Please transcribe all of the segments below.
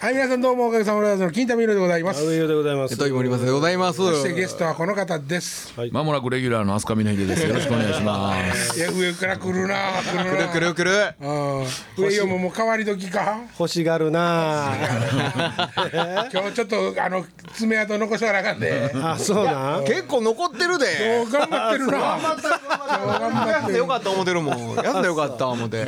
はい、皆さんどうもおかげさまでの金田美濃でございます。上野でございます。とい森正でございます。そしてゲストはこの方です。まもなくレギュラーの飛鳥美奈秀です。よろしくお願いします。いや、上から来るな、来るくるな。くるくる。 うん、上よももう変わり時か。欲しがるな今日ちょっと、あの、爪痕残しとかなあかん で。あ。あ、そうなん。結構残ってるで。もう頑張ってるな。頑張やっっててるよかった思ってるもん。やってよかった思って。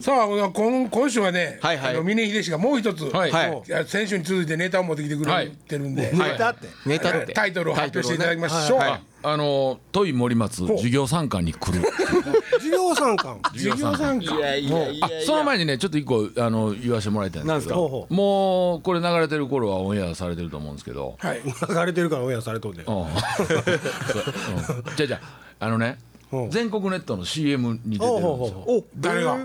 さあ、今、今週はね、はいはいあの、峰秀氏がもう一つ。はいはいや先週に続いてネタを持ってきてくれてるんで。ネタって。ネタって。タイトルを発表していただきましょう。タイトルをねああのトイ森松授業参観に来る。授業参観。授業参加。あその前にねちょっと一個あの言わせてもらいたいんですけなんですかど。もうこれ流れてる頃はオンエアされてると思うんですけど。はい。流れてるからオンエアされとんねんう。んそううんじゃあじゃああのねほう全国ネットの CM に出てるおんですよ。おお。誰が。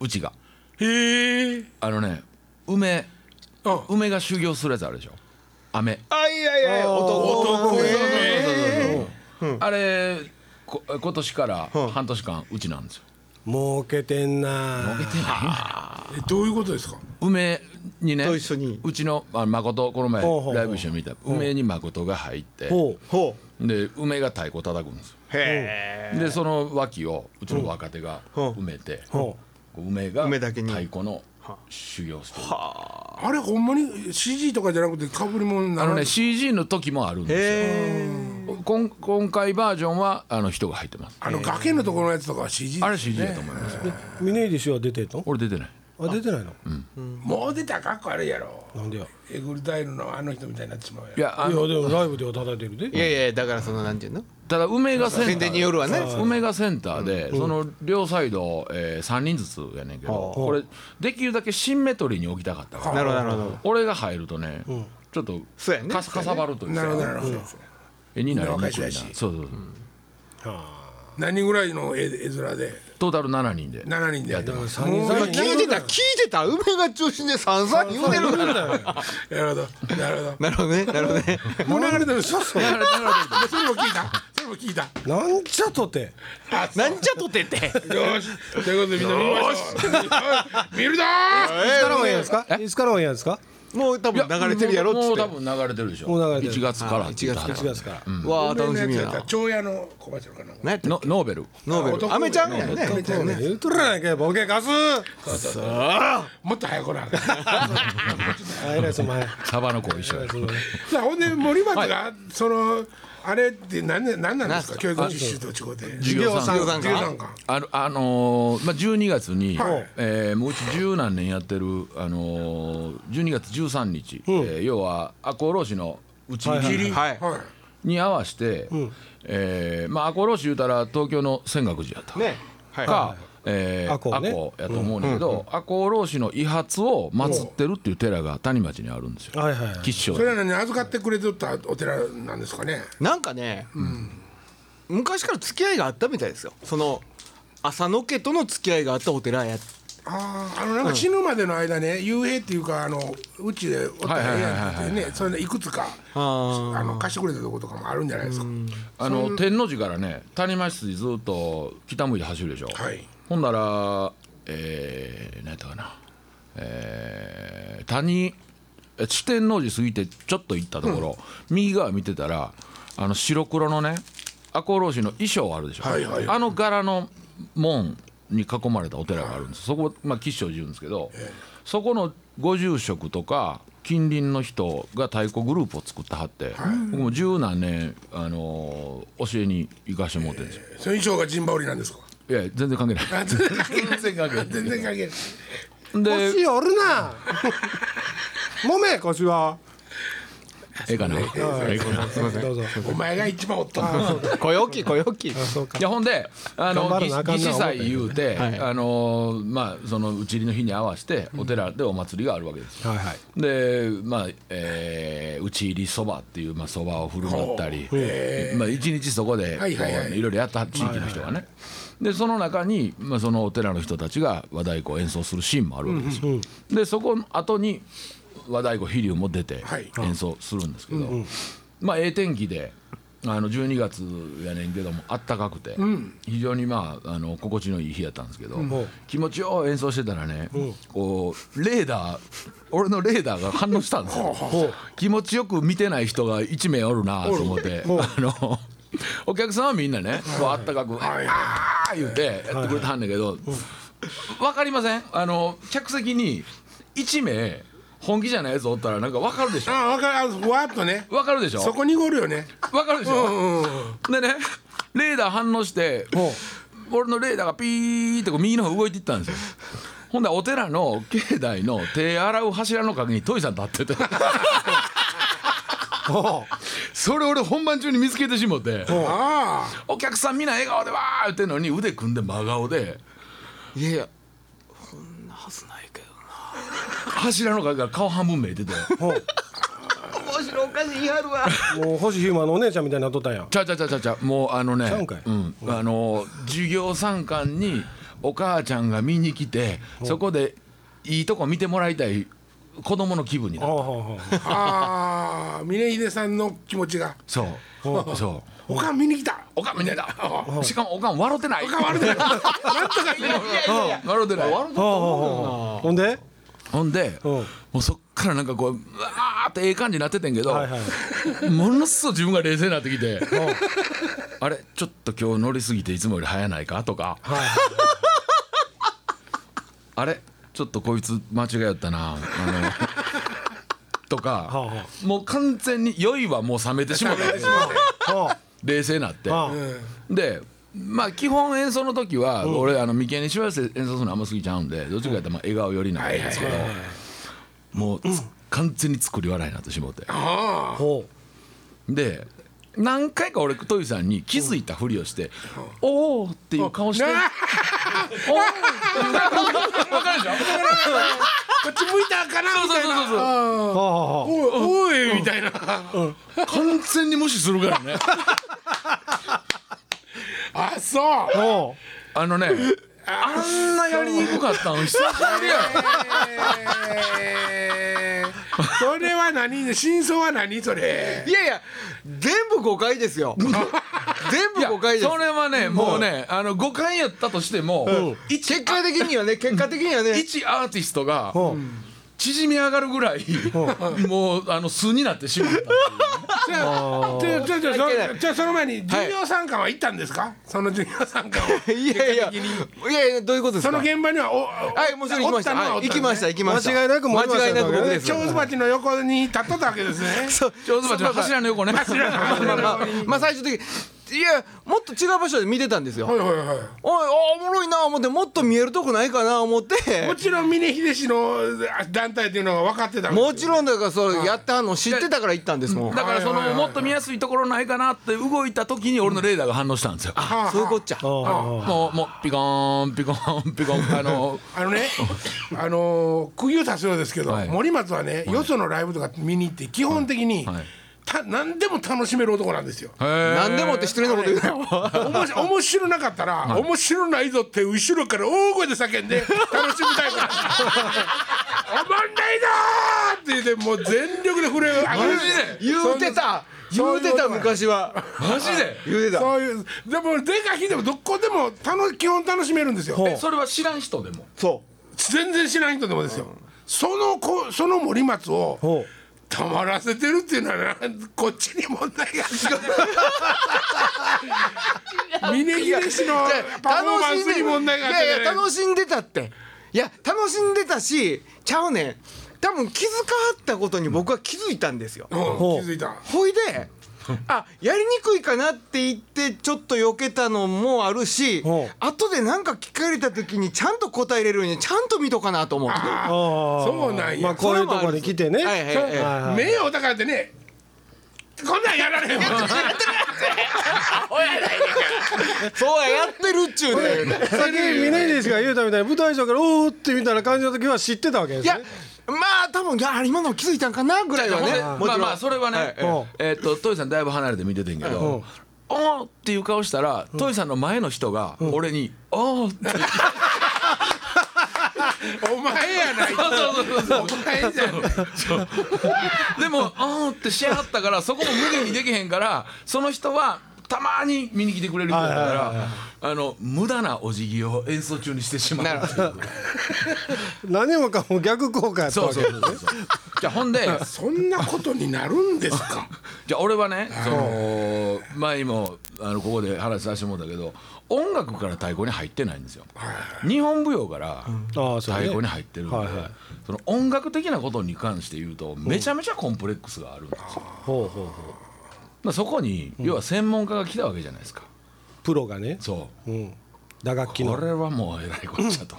うちがへえ。あのね梅うん梅が修行するやつあるでしょ。雨。あいやいやいや男男そうそうそうそうそうあれこ今年から半年間うちなんですよ儲けてんな。えどういうことですか。梅にねと一緒にうちのあ誠この前ほうほうほうライブ一緒に見た梅に誠が入ってほほで梅が太鼓叩くんですようへでその脇をうちの若手が埋めてう。ほこう梅が梅太だけに鼓の修行してるあれほんまに CG とかじゃなくてかぶり物になあのるね CG の時もあるんですよこん今回バージョンはあの人が入ってますあの崖のところのやつとかは CG あれ CG だと思いますう。峰岸は出てんの。俺出てないあ、出てないの。もう出たらかっこ悪いやろなんでや。エグルタイルのあの人みたいになってしまうやいろやあいや、のでもライブでは叩いてるえいで。やいやだからそのなんていうのただ梅がセンター宣伝によるわね梅がセンターで、その両サイド、え3人ずつやねんけど、これできるだけシンメトリーに置きたかったからなるほどなるほど俺が入るとね、ちょっとそうやねかすかさばるというなるほどなるかほど絵になりにく若いない人やしそうそうそう、何人ぐらいの絵絵面でトータル7人で7人でややってますすもう聞いてた聞いてた梅が中心で散々言うてるからなるほどなるほどなるほどねなるほどねもう流れてるそうそう流れてるそれも聞いたそれも聞いた なんちゃとて。あそうなんじゃとててよしということでみんな見ましょう見るぞいつからオンエアですか。いつからオンエアですか。もう多分流れてるやろっもうつもっうて多分流れてるでしょもう流れてる1月からって言ってはった一月から。わあー楽しみややったらな長屋の小鉢のかなんか何やったのノーベルノーベル男アメちゃんやノーベねルそうね。言うとるやないかいボケかす。もっと早く来なあかんさあ、えらい、その前。サバの子一緒やあほんで森松がそのあれって何で何なんですか教育実習と違うて授業参観授業参観あのあのーまあ、12月に、はいえーもううち十何年やってる、あのー、12月13日、えー要は赤穂浪士のうち霧はいはいに合わせて、えーまあ、赤穂浪士言うたら東京の泉岳寺やった、ねはいか、えー赤赤穂ね穂やと思うねんだけど赤穂浪士の遺髪を祀ってるっていう寺が谷町にあるんですよはいはいはい。吉祥それ寺なのに預かってくれとったお寺なんですかね。なんかね昔から付き合いがあったみたいですよその浅野家との付き合いがあったお寺やああ、あのなんか死ぬまでの間ね、幽閉っていうか、あの、うちでおったらええやんってね、それでいくつか。ああの貸してくれたとことかもあるんじゃないですか。あの天王寺からね谷町筋ずっと北向いて走るでしょ、はい。ほんなら、えー、何やったかな、えー、谷、え四天王寺過ぎてちょっと行ったところ、右側見てたら、あの白黒のね、赤穂浪士の衣装あるでしょ、はいはいあの柄の門に囲まれたお寺があるんです、そこ、まあ、吉祥寺言うんですけど、そこのご住職とか、近隣の人が太鼓グループを作ってはって、僕も十何年、あのー教えに行かしてもらってるんですよ。その衣装が陣羽織なんですか。いや全然関係ないあ全然関係ない。全然関係ない。 で腰おるな。もめ腰は。ええかな。ええかな。どうぞ。お前が一番おった な。あ声大きい声大きいそうかい。やほんで、頑張あのらなあかんな義士祭言うて、はいあのまあその打ち入りの日に合わせてお寺でお祭りがあるわけですよ。はいはい。でまあ、えー、打ち入りそばっていうまあそばを振る舞ったり、まあ一日そこでこうはいはいはいいろいろやった地域の人がね。でその中に、まあ、そのお寺の人たちが和太鼓を演奏するシーンもあるわけですよ。でそこの後に和太鼓飛龍も出てはい演奏するんですけど、まあええ天気であの12月やねんけどもあったかくて、非常にまああの心地のいい日やったんですけど、気持ちよう演奏してたらね、こうレーダー俺のレーダーが反応したんですよ気持ちよく見てない人が1名おるなと思ってあのお客さんはみんなねこうあったかく「ああ」言うてやってくれてはんねんけど分かりませんあの客席に1名本気じゃないやつおったらなんか分かるでしょあわかるあふわっとね分かるでしょそこ濁るよねわかるでしょ、でねレーダー反応して俺のレーダーがピーってこう右の方動いていったんですよほんでお寺の境内の手洗う柱の陰にトイさん立ってて それ俺本番中に見つけてしもてあお客さんみんな笑顔でわー言ってんのに腕組んで真顔でいやいやこんなはずないけど柱の陰から顔半分見えててな面白おかしい言いはるわもう星飛雄馬のお姉ちゃんみたいになっとったんやちゃうちゃうちゃうちゃうちゃうもうあのねちゃうんかいん、あの授業参観にお母ちゃんが見に来てそこでいいとこ見てもらいたい子供の気分になあるあはああはあ あ峰秀さんの気持ちがそうそう「おかん見に来たおかんみたいだしかもおかん笑ってないおかん悪いななんとかしろうん笑ってないあはあほんでほんでうんもうそっからなんかこううわーってええ感じになっててんけど、はいはいものすごい自分が冷静になってきて「あれちょっと今日乗りすぎていつもより早ないか?」とかはい「あれちょっとこいつ間違いやったな」あのとあかはもう完全に酔いはもう冷めてしまっては冷静になってあはあでまあ基本演奏の時は俺あの眉間にしわ寄せ演奏するのあんま好きちゃうんでどっちかやったらまあ笑顔寄りなんですけどもうつ完全に作り笑いになってしもうてほで何回か俺トイさんに気づいたふりをして「おお」っていう顔 して「おお」分かるでしょこっち向いたかなみたいなそうそうそうそううあーはあはあおいおいみたいな完全に無視するから ねあそうほうあのねあんなやりにくかったの久しぶりやえーそれは何真相は何それいやいや全部誤解ですよ全 い部誤解でやすそれはねもうねあの誤解やったとしても、結果的にはね結果的にはね一アーティストがほ縮み上がるぐらいもうあの素になってしまったっていうじゃあじゃあじゃあじゃあ関係ないそじゃあその前に授業参観は行ったんですか、その授業参観は いやいやいやいやどういうことですそかの現場にはおはいもちろん行きましたはい行きました行きました間違いなく森松間違いなく僕さんだねです蝶ズバチの横に立っとったわけですねそう上手鉢の柱の横ねあまあまのあ まあ最終的にいやもっと違う場所で見てたんですよ、はいはいはいおいおおもろいな思ってもっと見えるとこないかな思ってもちろん峰秀氏のあ団体っていうのが分かってたもんですちろんだからそうやってはんの知ってたから行ったんですもんだからそはいはいはいのはいもっと見やすいところないかなって動いた時に俺のレーダーが反応したんですよ、はあそういうこっちゃあはあもうもうピコーンピコーンピコーンあのあのね、あのー釘を刺すようですけど、はい森松はね、よそのライブとか見に行って、基本的に、はいた何でも楽しめる男なんですよ。へー何でもって失礼なこと言うなよおもし面白なかったら、面白ないぞって後ろから大声で叫んで楽しむタイプなんですよおもんないぞーって言ってもう全力で震え上げる言うてた言そうういうてことただ昔はマジで言うてたそういうでもでかひでもどこでも楽基本楽しめるんですよほうえそれは知らん人でもそう全然知らん人でもですよ、その子その森松をほたまらせてるっていうのはなこっちに問題がある峯岸氏のパフォーマンスに問題があったいじゃやないいや楽しんでたっていや楽しんでたしちゃうねん多分気づかはったことに僕は気づいたんですようん気づいたほいであやりにくいかなって言ってちょっと避けたのもあるしほう後で何か聞かれた時にちゃんと答えれるようにちゃんと見とかなと思ってうああそうなんやまあこういうとこに来てねはいはいはいはいはい名誉だからってねこんなんやられへんわそうややってるっちゅう ねんさっき峰岸が言うたみたいに舞台上からおーってみたいな感じの時は知ってたわけでいすやねまあ多分いや今の気づいたんかなぐらいはほんでねもちまろあんまあそれはね、はいえーえーっとトイさんだいぶ離れて見ててんけど、おーっていう顔したら、トイさんの前の人が俺に「おー」ってお前やないそうそうそうそうお前じゃないでも「おー」ってしやがったからそこも無限にできへんからその人はたまに見に来てくれる人だかはいはいらあの無駄なお辞儀を演奏中にしてしまうっていう何もかも逆効果やったそわうけそうですねそう そうじゃあほんでそんなことになるんですか じゃあ俺はねその前にもあのここで話させてもらったけど音楽から太鼓に入ってないんですよ日本舞踊からああ太そうね鼓に入ってるんではいはいその音楽的なことに関して言うとめちゃめちゃコンプレックスがあるんですよだかほうほうほうらそこに要は専門家が来たわけじゃないですかプロがね、そううん、打楽器このれはもうえらいこっちゃと。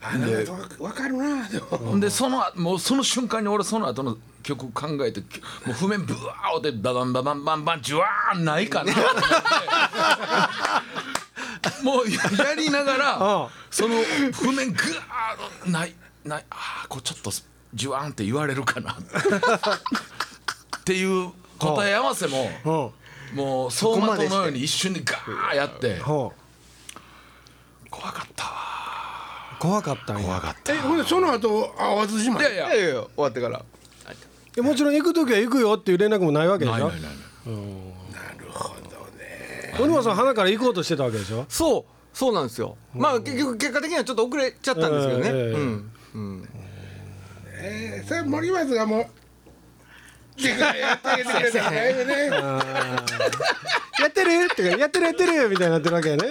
あなんかわかるなでもでそのもうその瞬間に俺その後の曲考えてきもう譜面ブワーってダダンババンバンバンジュワーンないかなと思ってもうややりなが うんらその譜面グワーないないあーこれちょっとジュワーンって言 われるかなっていう答え合わせもほもう走こま馬でし灯てのように一瞬でガーやってうほ怖かったわう怖かったんやえほんでその後淡路島いやいやいやいや終わってからえもちろん行く時は行くよっていう連絡もないわけでしないょないないない小沼さん花から行こうとしてたわけでしょそうそうなんですよまあ結局結果的にはちょっと遅れちゃったんですけどね、ええええうんえーそれ森松がもうでかいやってあげてくれたらだいぶねやってるってかやってるやってるみたいになってるわけやね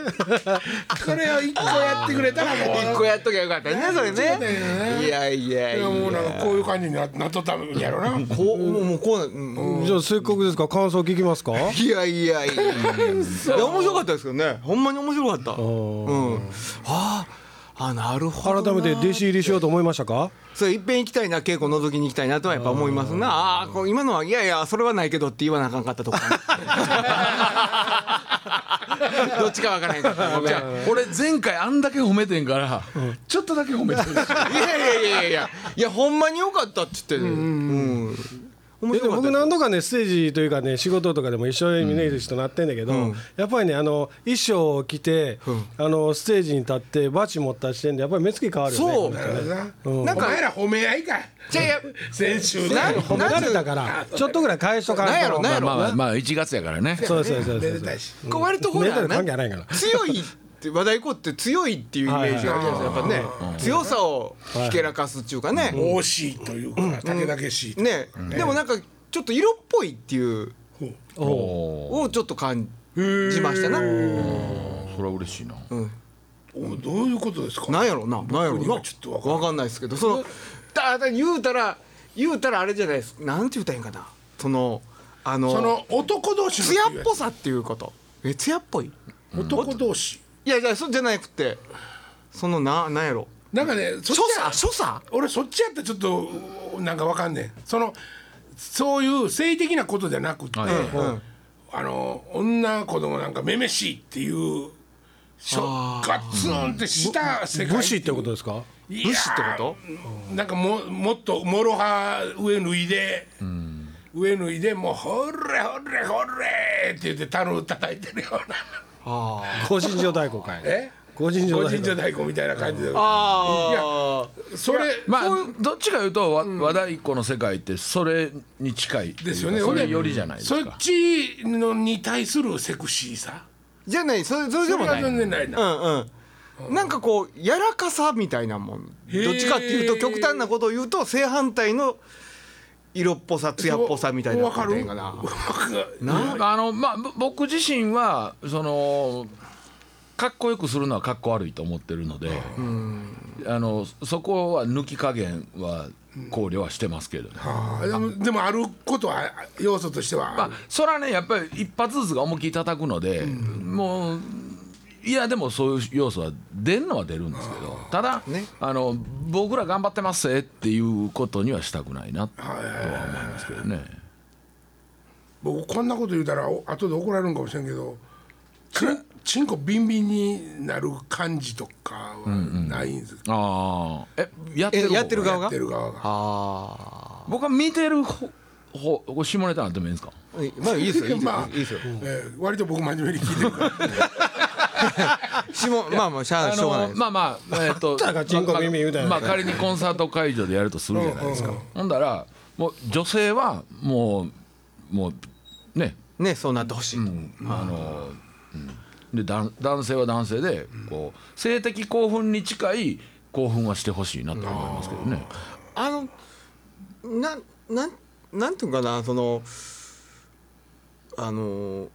それを一個やってくれたらもう一個やっときゃよかったねそれねいやいやいいややもうなんかこういう感じにななっとったんやろなこうもうもうこうなう んじゃあせっかくですから感想聞きますかいやいやいやい や面白かったですけどねほんまに面白かったうんあーあなるほど改めなて弟子入りしようと思いましたかそういっぺん行きたいな稽古覗きに行きたいなとはやっぱ思いますなああーこう今のはいやいやそれはないけどって言わなあかんかったとか どっちかわからへんかったごめんじゃあ俺前回あんだけ褒めてんから、ちょっとだけ褒めてるいやいやいやいやいやほんまによかったって言ってうん面えで白もか僕ったです何度かねステージというかね仕事とかでも一緒に峰岸となってんだけど、やっぱりねあの衣装を着て、あのステージに立ってバチ持った時点でやっぱり目つき変わるよねそうこの人ねななんおか前ら褒め合いかじゃあいや先週ねなん褒められたからちょっとぐらい返しとかんとなんやろなんやろまあまあまあ1月やからねそうそうそうそめうでたいそしこう割とこうメやダルね関係ないから強いって和太鼓って強いっていうイメージがあるじゃないですかやっぱね強さをひけらかすっていうかね惜しいというか武田家しいねでもなんかちょっと色っぽいっていうおおをちょっと感じましたなそれは嬉しいな、おどういうことですかなんやろななんやろにはなちょっとわかんないわかんないですけどそのだだ言うたら言うたらあれじゃないですなんて言うたらいいんかなそのあそのの男同士の艶っぽさっていうことえ艶っぽい男同士いやいやそうじゃなくてそのななんやろなんかねそっ所ちや作所作俺そっちやったらちょっとうなんかわかんねんそのそういう性的なことじゃなくて、はいはいうんあの女子供なんかめめしいっていうしょガツンってした世界武士ってことです か武武士ってことなんかももっともろは上脱いで、上脱いでもうほれほれほれって言ってタヌ叩いてるようなああ高身上太鼓かいえ高身上個太人鼓じゃ太鼓みたいな感じでああそれまあどっちかいうと和,、和太鼓の世界ってそれに近いっていうかですよねそほんれでよりじゃないですそっかちのに対するセクシーさじゃないそれそれでそもれなはい全然ないな、うんうんなんかこうやらかさみたいなもんへーどっちかっていうと極端なことを言うと正反対の色っぽさ艶っぽさみたいなわかことるやんかななんかあのまあぼ僕自身はそのかっこよくするのはかっこ悪いと思ってるので、あのそこは抜き加減は考慮はしてますけどね、あーでもでもあることは要素としてはあまある、それはねやっぱり一発ずつが思いっきり叩くので、もういやでもそういう要素は出るのは出るんですけどただ、ねあの僕ら頑張ってますぜっていうことにはしたくないなとは思いますけどね。僕こんなこと言うたらお後で怒られるんかもしれんけどちんちんこビンビンになる感じとかはないんです、ああえやってるえやってる側やってる側があ僕は見てるほほほ下ネタなんてもいいんですかあまあいいですよいいですよ、 まあいいですよえー割と僕真面目に聞いてるから しもまあまあしゃあしょうがないですまあまあえっ、 とたかチンコ耳言うたんやまあまあ仮にコンサート会場でやるとするじゃないですか、ほんだらもう女性はもうもうねねそうなってほしいと、あの、うん、で男男性は男性でこう性的興奮に近い興奮はしてほしいなと思いますけどね。あのなんなんなんていうのかなそのあの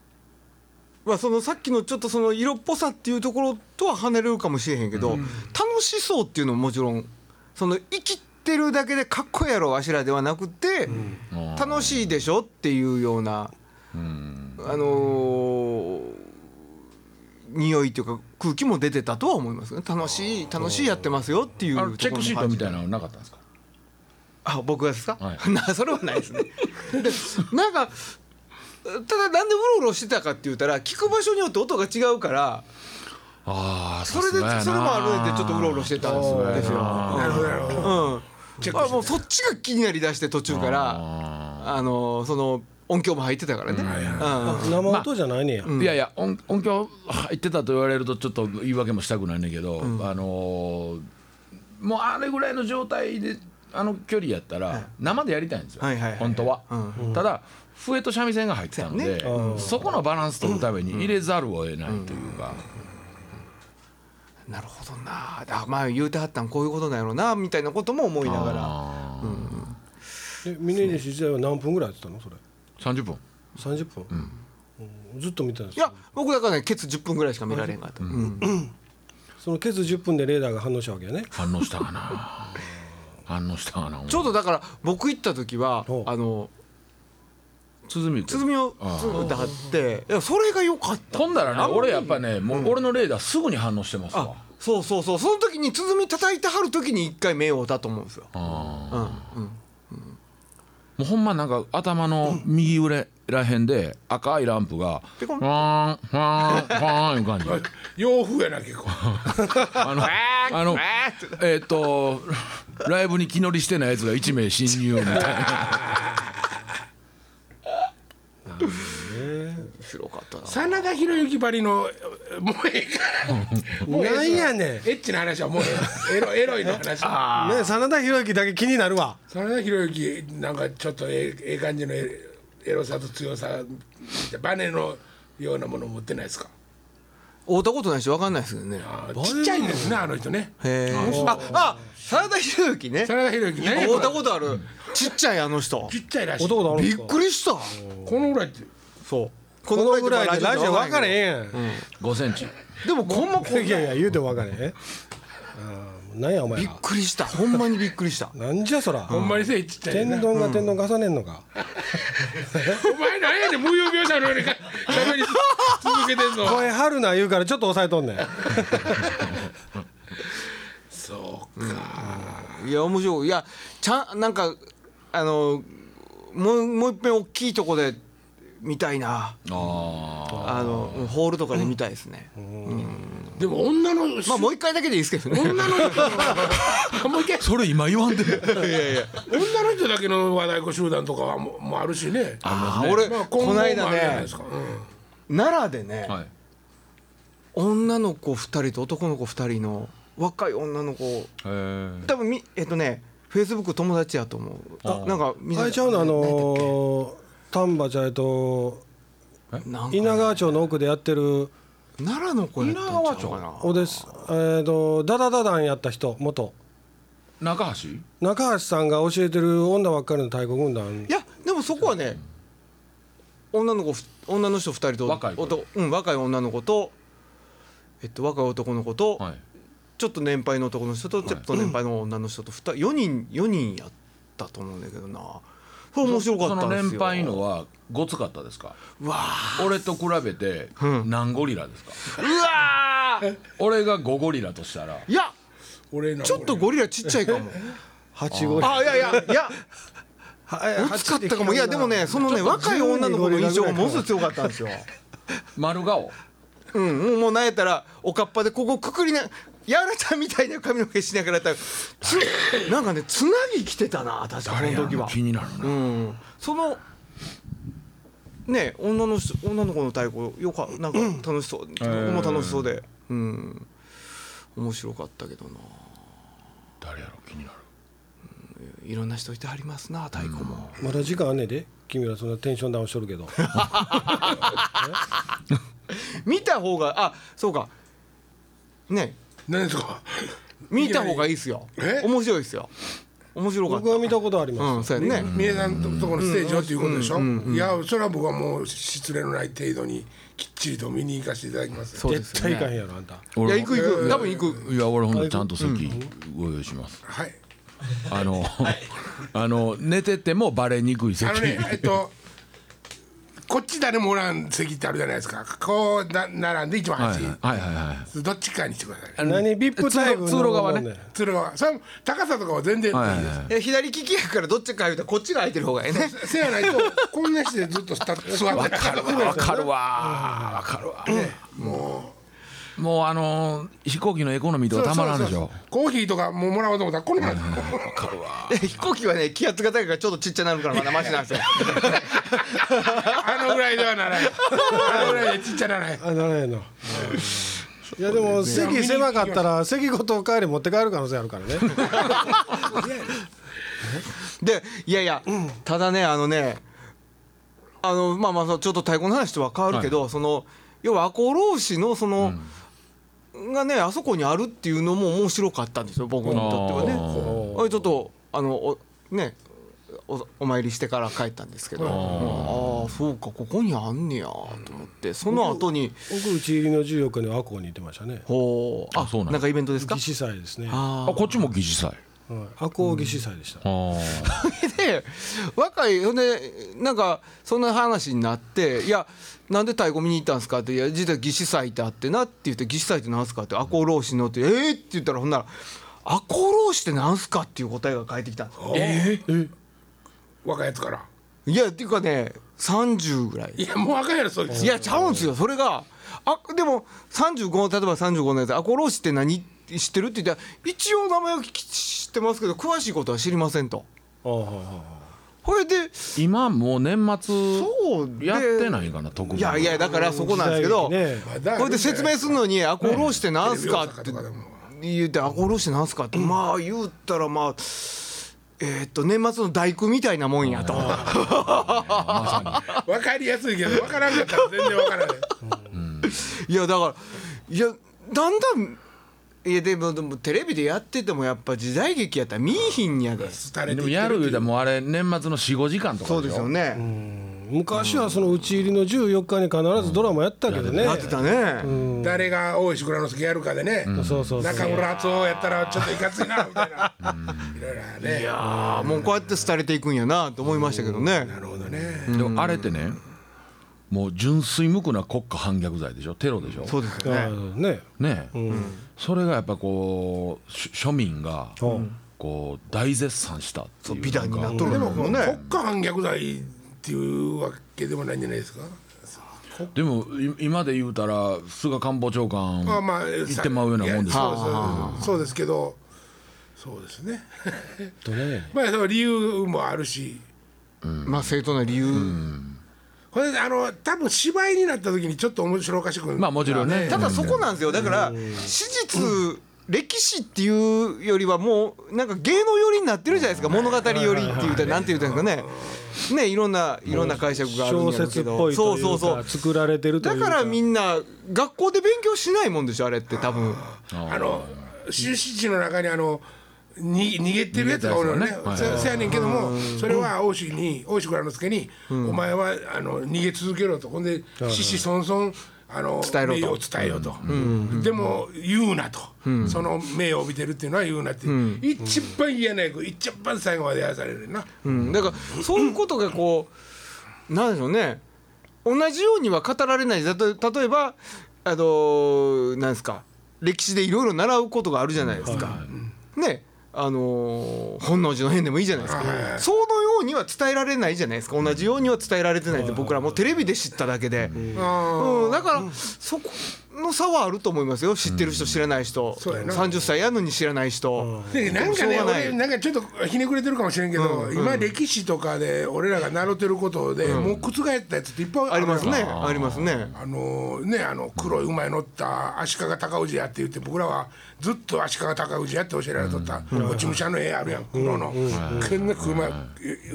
まあそのさっきのちょっとその色っぽさっていうところとは跳ねるかもしれへんけど、楽しそうっていうのももちろんその生きてるだけでかっこいいやろわしらではなくて、うん楽しいでしょっていうような、あのー匂いというか空気も出てたとは思いますね楽しい楽しいやってますよっていうあのチェックシートみたいななのなかったんですか。あ僕がですか、は なそれはないですねでなんかただなんでうろうろしてたかって言ったら聞く場所によって音が違うからああ、それでそれもあるんでちょっとうろうろしてたんですよ。なるほどなるほどうんチェックあしてもうそっちが気になりだして途中からあのその音響も入ってたからね、うん生音じゃないねや、いやいや音音響入ってたと言われるとちょっと言い訳もしたくないねんけど、あのーもうあれぐらいの状態であの距離やったら生でやりたいんですよ、はいはいはい本当は、ただ笛と三味線が入ってたので、そうそこのバランス取るために入れざるを得ないというか、なるほどなあまあ言うてはったんこういうことなんやろなみたいなことも思いながらあえ峰岸自体は何分ぐらいやってたのそれー30分30分、うんずっと見てたんですいよや僕だからねケツ10分ぐらいしか見られんかった、うんそのケツ10分でレーダーが反応したわけやね反応したかな 反応したかなちょうどだから僕行った時はほうあの鼓くん鼓をあー鼓ってはっていやそれが良かったほんだらね俺やっぱねもう俺のレーダーすぐに反応してますわあそうそうそうその時に鼓叩いてはる時に一回目をだと思うんですよ、あーうんうん、もうほんまなんか頭の右上らへんで赤いランプがフピコァンーンファーンファーンいう感 じ洋風やな結構 あのあのえーっとライブに気乗りしてないやつが1名侵入みたい な白かったな真田広之ばりのもうええからもうええなんやねエッチな話はもうええエロエロいの話んね真田広之だけ気になるわ真田広之なんかちょっとええええ感じのエエロさと強さバネのようなもの持ってないですか会うたことないし分かんないですよねへあーちっちゃいんですねあの人ねえああ真田広之ね真田広之ね会うたことあるちっちゃいあの人ちっちゃいらしい男だろびっくりしたこのぐらいってそうこのぐらいでラジオ分かれんへんやん、 5センチでもこんまこんないびっやいや言うても分かれへんうんなんやお前らくりしたほんまにびっくりしたなんじゃそらほんまにせいちっちゃい天な丼が天丼重ねんのか、お前なんやねん無用病者のようにか喋り続け てんの声張るな言うからちょっと抑えとんねんそうかいや面白いいやちゃんなんかあのもうもう一遍大きいとこで見たいなああのホールとかで見たいですね、でも女のまあもう一回だけでいいですけどね女の人もう一回あそれ今言わんでも女の人だけの和太鼓集団とかはもうもうあるしねあ俺、まあ今後こものあるじゃ間ないねですか、奈良でね、 はい女の子2人と男の子2人の若い女の子へー多分みえっとねフェイスブック友達やと思うあなんか見せあれちゃうのあの丹波ちゃんとなんか稲川町の奥でやってる奈良の子やったんちゃうかなおですえー、とダダダダンやった人元中橋中橋さんが教えてる女ばっかりの太鼓軍団いやでもそこはね女の子ふ女の人2人と若い子おとうん、若い女の子と、えっと、若い男の子と、はいちょっと年配の男の人とちょっと年配の女の人と2人4人4人やったと思うんだけどなそれ面白かったそのんですよ年配のはごつかったですかうわ俺と比べて何ゴリラですかーうわー俺が5ゴリラとしたらいや俺のちょっとゴリラちっちゃいかも八五あいやいやいやは薄かったかもいやでもねそのね若い女の子の印象がものすごい強か ったんですよ丸顔うん、もうもうなんやったらおかっぱでここくくりなやられたみたいな髪の毛しながらやったらつなんかねつなぎ着てたな確かこの時は気になるなうんそのね女の人女の子の太鼓よかなんか楽しそう、僕も楽しそうでうん面白かったけどな誰やろ気になるいいろんな人いてはりますな太鼓も、まだ時間あんねんで君はそんなテンションダウンしとるけど見た方があそうかね何ですか見た方がいいですよえ面白いですよ面白かっ僕は見たことありたうまんす、そうやね、三重さんのところのステージはということでしょ、いやそれは僕はもう失礼のない程度にきっちりと見に行かせていただきますそうです絶対いかへんやろあんたいや俺行く行く多分行くいや俺ほんとちゃんと席ご用意しますはいあのあの寝ててもバレにくい席あの ねえっとこっち誰もおらん席ってあるじゃないですかこうな並んで一番はい端、はいはいはどっちかにしてくださいい何ビップタイム通路側ね鶴はそれも高さとかは全然いいです、はいはいはいえ左利きやからどっちか言うたらこっちが空いてる方がええねせやないとこんなしてずっと立って座ってわかるわわかるわわかるわもうあのー飛行機のエコノミーとかたまらんでしそうょそうそうコーヒーとかももらおうと思ったらこんなんえ飛行機はね気圧が高いからちょっとちっちゃなるからまだマシなんですよあのぐらいではならないあのぐらいでちっちゃならないあならへんのいやでも席狭かったら席ごとお帰り持って帰る可能性あるからねでいやいや、ただねあのねあのまあまあそのちょっと太鼓の話とは変わるけど、その要は赤穂浪士のその、がねあそこにあるっていうのも面白かったんですよ僕にとってはねあーあれちょっとあのおねおお参りしてから帰ったんですけどああそうかここにあんねやと思ってその後に僕打ち入りの14日に和光にいてましたねほうああそうなんやなんかイベントですか義士祭ですねはいああこっちも疑似祭和光義士祭でした、あで若いほんでなんかそんな話になって「いやなんで太鼓見に行ったんですか?」って「いや実は義士祭ってあってな」って言って「義士祭ってなんすか?」って「赤穂浪士の」って「えー!」って言ったらほんなら「赤穂浪士ってなんすか?」っていう答えが返ってきたんですよ若いやつからいやっていうかね30ぐらいいやもう若いやろそいついやちゃうんですよそれがあでも35例えば35のやつ「赤穂浪士って何?」って知ってるって言ったら「一応名前は知ってますけど詳しいことは知りません」と。ああはいはいはいこれで今もう年末そうでやってないかな特番いやいやだからそこなんですけど、時代劇ねこれで説明するのに「アコローシってなんすか?」ってテレビ大阪とかでも言って「アコローシってなんすか?」ってまあ言ったらまあえーっと年末の大工みたいなもんやと分かりやすいけど分からんかったら全然分からないいやだからいやだんだんいやでもでもテレビでやっててもやっぱ時代劇やったら見いひんやで廃れでてきもてやるる言うたらもうあれ年末の45時間とかそうですよね昔はその打ち入りの14日に必ずドラマやったけどね、やってたね誰が大石蔵之介やるかでね、そうそうそう中村敦夫やったらちょっといかついなみたい な、いろいろあるねあーもうこうやって廃れていくんやなと思いましたけどねなるほどね、でもあれってねもう純粋無垢な国家反逆罪でしょテロでしょそうですよあねあねねえ、それがやっぱこうし庶民がこう大絶賛したってそういう美談になっとでもるのも国ね家反逆罪っていうわけでもないんじゃないですかでもい今で言うたら菅官房長官まあまあ言ってまうようなもんですいやそようそうそうですけどそうですねとね まあその理由もあるしまあ正当な理由、これあの多分芝居になった時にちょっと面白おかしくまあもちろんねただそこなんですよだから史実歴史っていうよりはもうなんか芸能寄りになってるじゃないですか物語寄りっていうたらなんて言うんですかねねいろんないろんな解釈があるん小やろう説けっどぽいとそいううかそうそう作られてるといだうかからみんんな学校で勉強しないもんでしょあれって多分あの出資地の中にあのに逃げてるやつがおるよね逃げたやつがせねはいせやねんけどもそれは大石に大石蔵之介に、お前はあの逃げ続けろとほんで獅子孫孫あの伝えろ名と誉を伝えようと、でも言うなと、その名誉を帯びてるっていうのは言うなって、一番嫌な役一番最後までやらされるな、うん、だからそういうことがこうなんでしょうね同じようには語られない例え例えばあのなんですか歴史でいろいろ習うことがあるじゃないですか。ねあのー本能寺の変でもいいじゃないですか、そのようには伝えられないじゃないですか同じようには伝えられてないって僕らもテレビで知っただけで、あーうん、だからそこのの差はあると思いますよ知ってる人知らない人、そうやな30歳やのに知らない人、でなんかしねょうがない俺なんかちょっとひねくれてるかもしれんけど、今歴史とかで俺らが習ってることで、もう覆ったやつっていっぱいありまするねやんありますねあのねあの黒い馬に乗った足利尊氏やって言って僕らはずっと足利尊氏やって教えられとった落ち武者の絵あるやん黒のこんな馬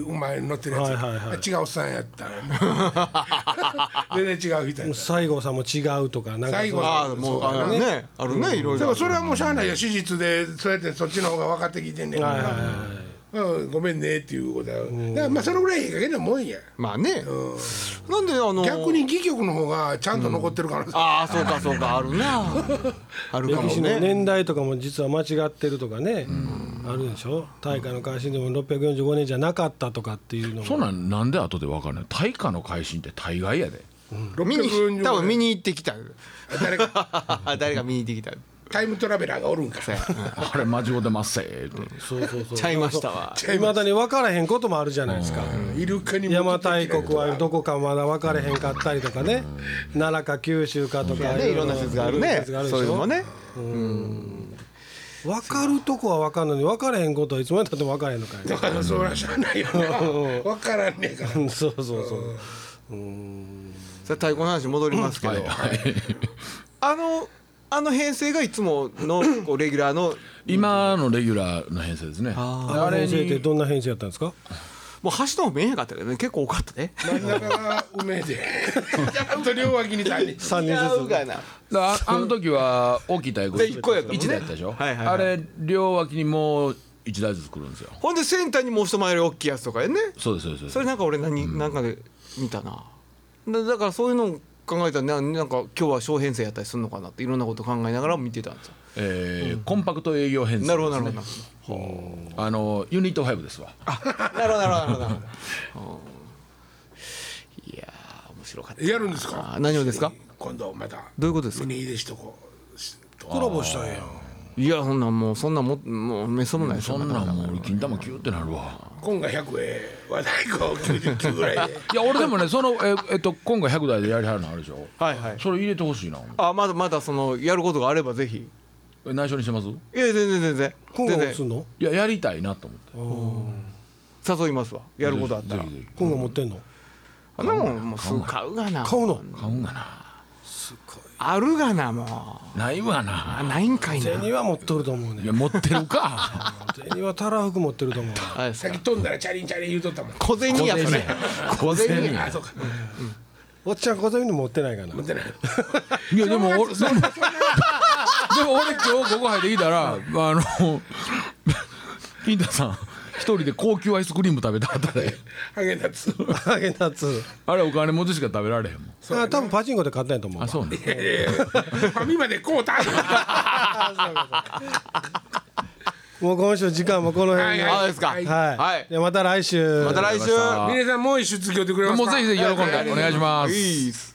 馬に乗ってるはいはいはやつ違うおっさんやった 全然違う人やった西郷さんも違うとかなんか最後ああもうあるねあるねいろいでろもそれはもうしゃあないよ史実でそうやってそっちの方が分かってきてんねんから、うん、ごめんねっていうことだだからまあそのぐらいいい加減なもんやまあねなんであの逆に戯曲の方がちゃんと残ってるから、ああそうかそうかあるなあ るか歴も史のね年代とかも実は間違ってるとかね、あるでしょ大化の改新でも645年じゃなかったとかっていうのそんもなんなんで後で分かんない大化の改新って大概やで見に多分見にに行ってきた誰か 誰か見に行ってきたタイムトラベラーがおるんかそうやあれ間違うてますせーってそうそうそうちゃいましたわいまだに分からへんこともあるじゃないですかイルカに邪馬台国はどこかまだ分かれへんかったりとかね奈良か九州かとかねいろんな説があるねいろんな説があるでそうしいうのもょね分かるとこは分かるのに分かれへんことはいつまでたっても分からへんのかいだから そらしゃあないよな分からんねえから そうそうそうさあ太鼓の話戻りますけど、あのあの編成がいつもの こうレギュラーの今のレギュラーの編成ですねああれ編成ってどんな編成やったんですかもう橋の方見えへんかったけどね結構多かったね真ん中がうめえで ちゃんと両脇に三人三人違ずうつかなだああの時は大きい太 鼓で一個やったもんね一台やったでしょ、はいはいはいあれ両脇にもう一台ずつ来るんですよほんでセンターにもう一回り大きいやつとかやねそうですそうですそそうれですなんか俺何、なんかで見たなだだからそういうのを考えたらななんか今日は小編成やったりするのかなっていろんなこと考えながら見てたんですよえーコンパクト営業編成です、ね、なるほどなるほどあのユニット5ですわなるほどなるほどなるほどうんいやー面白かったやるんですかあー何をですか今度またどういうことですか胸入れしとこうしコラボしたんやいやそんなんもうそんなんももうめそもないですよそんなかんかもう俺金玉キューってなるわ今が100え和太鼓99ぐらい でいや俺でもねそのえ、えっと、今回100台でやりはるのあるでしょはいはいそれ入れてほしいなあまだまだそのやることがあればぜひえ内緒にしてますいいや全然全然今後全もすん然のややりたいなと思って誘いますわやることあったらぜひぜひ今後持ってんのあんなもんもうすぐ買うがな買うの買うんかなあるがなもうないわなあないんかいな銭は持っとると思うねいや持ってるか銭はたらふく持ってると 思うあれささっき飛んだらチャリンチャリン言うとったもん小銭やそれ小銭やあそうかおっちゃん小銭持ってないかな 持ってないいやでも俺でもでも俺今日ここ入ってきたらあの金太さん一人で高級アイスクリーム食べたあったでハゲナツハーゲンダッツあれお金持ちしか食べられへんもんあ多分パチンコで買ったんやと思うあそうねファミマでこうたもう今週時間もこの辺ではいはあですかははいい、い、でまた来週また来週わかりました皆さんもう一出業でくれますもかうぜひぜひ喜んでお願いしますいいっす